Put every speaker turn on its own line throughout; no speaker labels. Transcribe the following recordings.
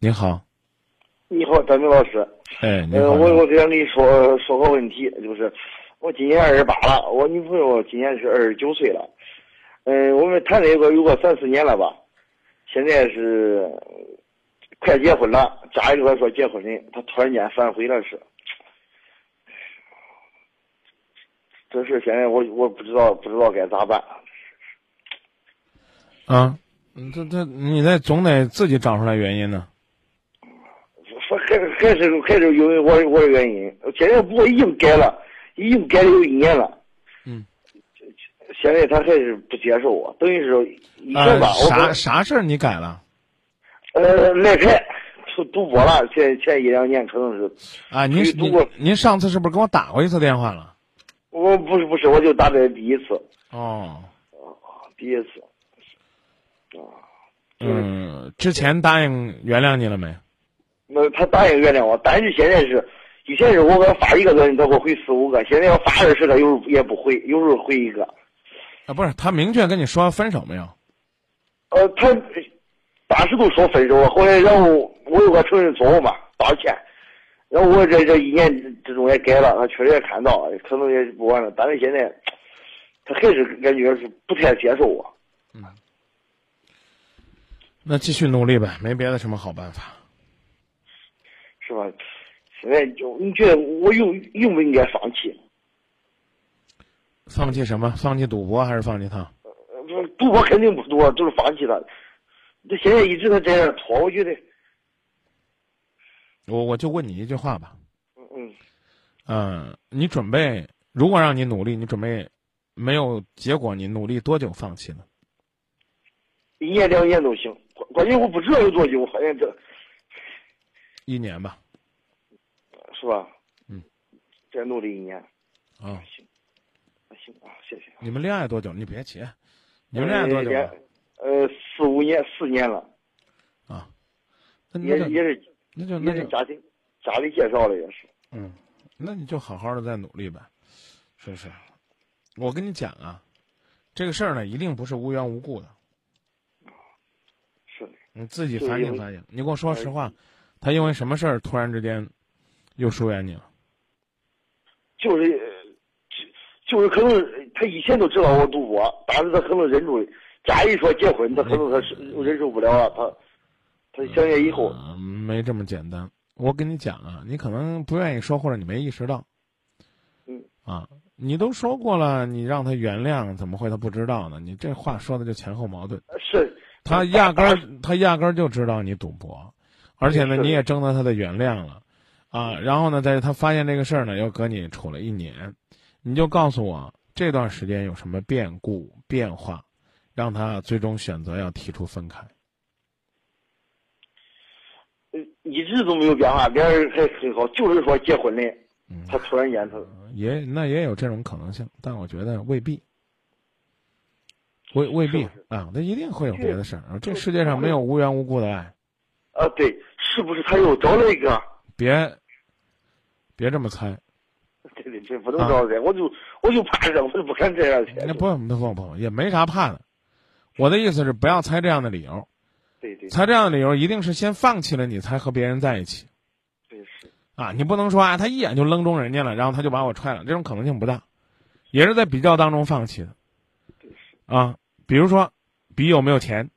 您好，
你好，张明老师。
哎，您
呃，
好，
我我想跟你说说个问题，就是我今年二十八了，我女朋友今年是二十九岁了。嗯，我们谈了有个有个三四年了吧，现在是呃快结婚了，家里边说结婚的，她突然间反悔了是。这事现在我我不知道不知道该咋办。
啊，嗯这这你得总得自己找出来原因呢。
说还是还是还是因为我我的原因，现在我已经改了，已经改了有一年了。
嗯。
现在他还是不接受我，等于是以前
呃
吧，，我
啥
跟
啥事儿你改了
呃赖开赌赌博了，前前一两年可能是，
啊？您
你
您
如果
您上次是不是给我打过一次电话了？
我不是不是，我就打这第一次，
哦，
第一次，
嗯，之前答应原谅你了没？
那他答应原谅我，但是现在是，以前是我给他发一个短信，他给我回四五个，现在要发二十个，有时候也不回，有时候回一个，
啊，不是，他明确跟你说分手没有？
呃，他当时都说分手了，后来然后我有个承认错误嘛，道歉。然后我这这一年之中也改了，他确实也看到，可能也不完了，但是现在他还是感觉是不太接受我。
那继续努力呗，没别的什么好办法。
是吧？现在就你觉得我应应不应该放弃？
放弃什么？放弃赌博还是放弃他？
呃不赌博肯定不多，就是放弃了。这现在一直在这样拖，我觉得，
我我就问你一句话吧，
嗯嗯，
嗯，你准备如果让你努力，你准备没有结果，你努力多久放弃呢？
一年两年都行。关关键我不知道有多久，好像这
一年吧，
是吧？
嗯，
再努力一年，
啊、
行，那行啊，谢谢。
你们恋爱多久？你别急，你们恋爱多久了？
呃，四五年，四年了，
那
也
那就
也是
那就
也
那
是
就
家庭家里介绍的，也是。
嗯，那你就好好的再努力呗，是不是？我跟你讲啊，这个事儿呢，一定不是无缘无故的，
是的，
你自己
对
反
因
省
为
反省。你给我说
哎
实话，他因为什么事儿突然之间又疏远你了？
就是呃就就是可能他以前都知道我赌博，但是他可能忍住，家里说结婚，他可能他是忍受不了啊，他他相见以后，
嗯，没这么简单。我跟你讲啊，你可能不愿意说，或者你没意识到。
嗯。
啊，你都说过了，你让他原谅，怎么会他不知道呢？你这话说的就前后矛盾。
是
他压根儿，他压根儿就知道你赌博，而且呢，
是
你也征得他的原谅了，啊，然后呢，在他发现这个事儿呢，又跟你处了一年，你就告诉我这段时间有什么变故变化，让他最终选择要提出分开。
呃一直都没有变化，俩人还很好，就是说结婚的，
嗯，
他突然间他
也那也有这种可能性，但我觉得未必，未未必
是不
啊，那一定会有
是
别的事儿。啊这世界上没有无缘无故的爱，
啊，对，是不是他又找了一个？
别别这么猜。
对对对，不能招人，我就我就怕这，我就不敢这样去。
那不不不不，也没啥怕的。我的意思是，不要猜这样的理由，
对对
猜这样的理由一定是先放弃了你，才和别人在一起
对是，
啊！你不能说啊，他一眼就扔中人家了，然后他就把我踹了，这种可能性不大，也是在比较当中放弃的
对是，
啊。比如说，比有没有钱，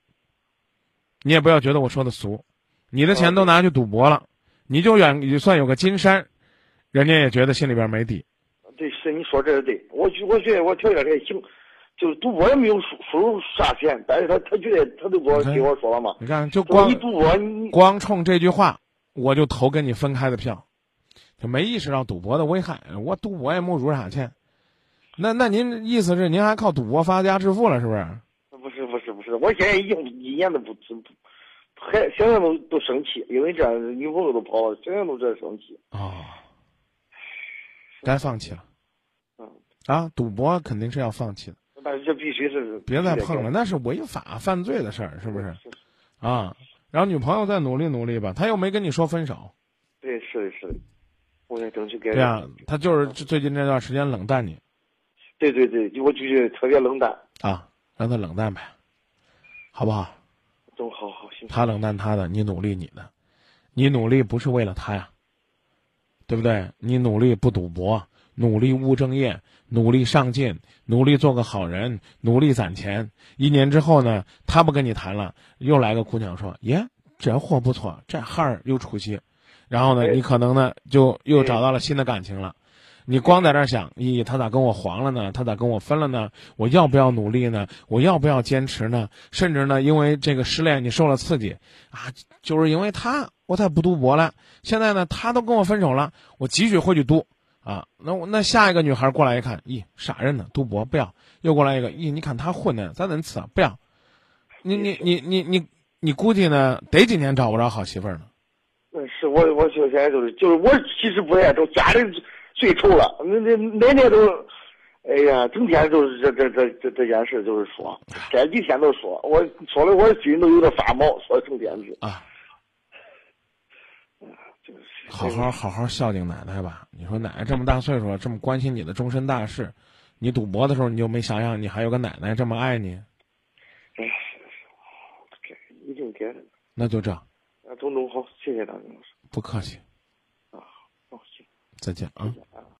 你也不要觉得我说的俗，你的钱都拿去赌博了，你就远也算有个金山，人家也觉得心里边没底。
对是，你说这是对。我觉我觉得我条件还行，就是赌博也没有输输啥钱，但是他他觉得他都给我
你看
给我说了嘛，
你看，就嗯
说
光
你赌博你
光冲这句话，我就投跟你分开的票，就没意识到赌博的危害。我赌博也没辱啥钱，那那您意思是您还靠赌博发家致富了是不是？
不是不是不是，我现在已经一年都不不，不还现在都都生气，因为这样女朋友都跑了，现在都这生气。
哦，该放弃了
嗯，
啊！赌博肯定是要放弃的，
但是这必须是
别再碰了，，那是违法犯罪的事儿，是不是
是？
啊？然后女朋友再努力努力吧，她又没跟你说分手，
对，是的是的，我也争取改
对
变。
啊，她就是最近这段时间冷淡你
对对对，我就是特别冷淡。
啊，让她冷淡呗，好不好？
都好好行，
他冷淡他的，你努力你的，你努力不是为了他呀，对不对？你努力不赌博，努力务正业，努力上进，努力做个好人，努力攒钱。一年之后呢，他不跟你谈了，又来个姑娘说：“耶，这货不错，这汉儿有出息。”然后呢，
对
你可能呢就又找到了新的感情了。你光在那儿想，咦，他咋跟我黄了呢？他咋跟我分了呢？我要不要努力呢？我要不要坚持呢？甚至呢，因为这个失恋，你受了刺激，啊，就是因为他，我才不读博了。现在呢，他都跟我分手了，我急需回去读啊。那我那下一个女孩过来一看，咦，傻人呢？读博不要。又过来一个，咦，你看他混的，咱能吃啊？不要。你你你你你你估计呢，得几年找不着好媳妇儿呢？
嗯，是我我现在就是就是我其实不爱抽，家里最臭了，那那奶奶都，哎呀，整天都是这这这这这件事就是说，
哎
这几天都说，我说的我心都有点发毛，说成天是，
啊，
就是
好好好好孝敬奶奶吧。你说奶奶这么大岁数了，这么关心你的终身大事，你赌博的时候你就没想想你还有个奶奶这么爱你？
哎，是是，这一定给的，
那就这样，
啊，总总好，谢谢大家老师，
不客气，
哦，行，
再见啊。
啊。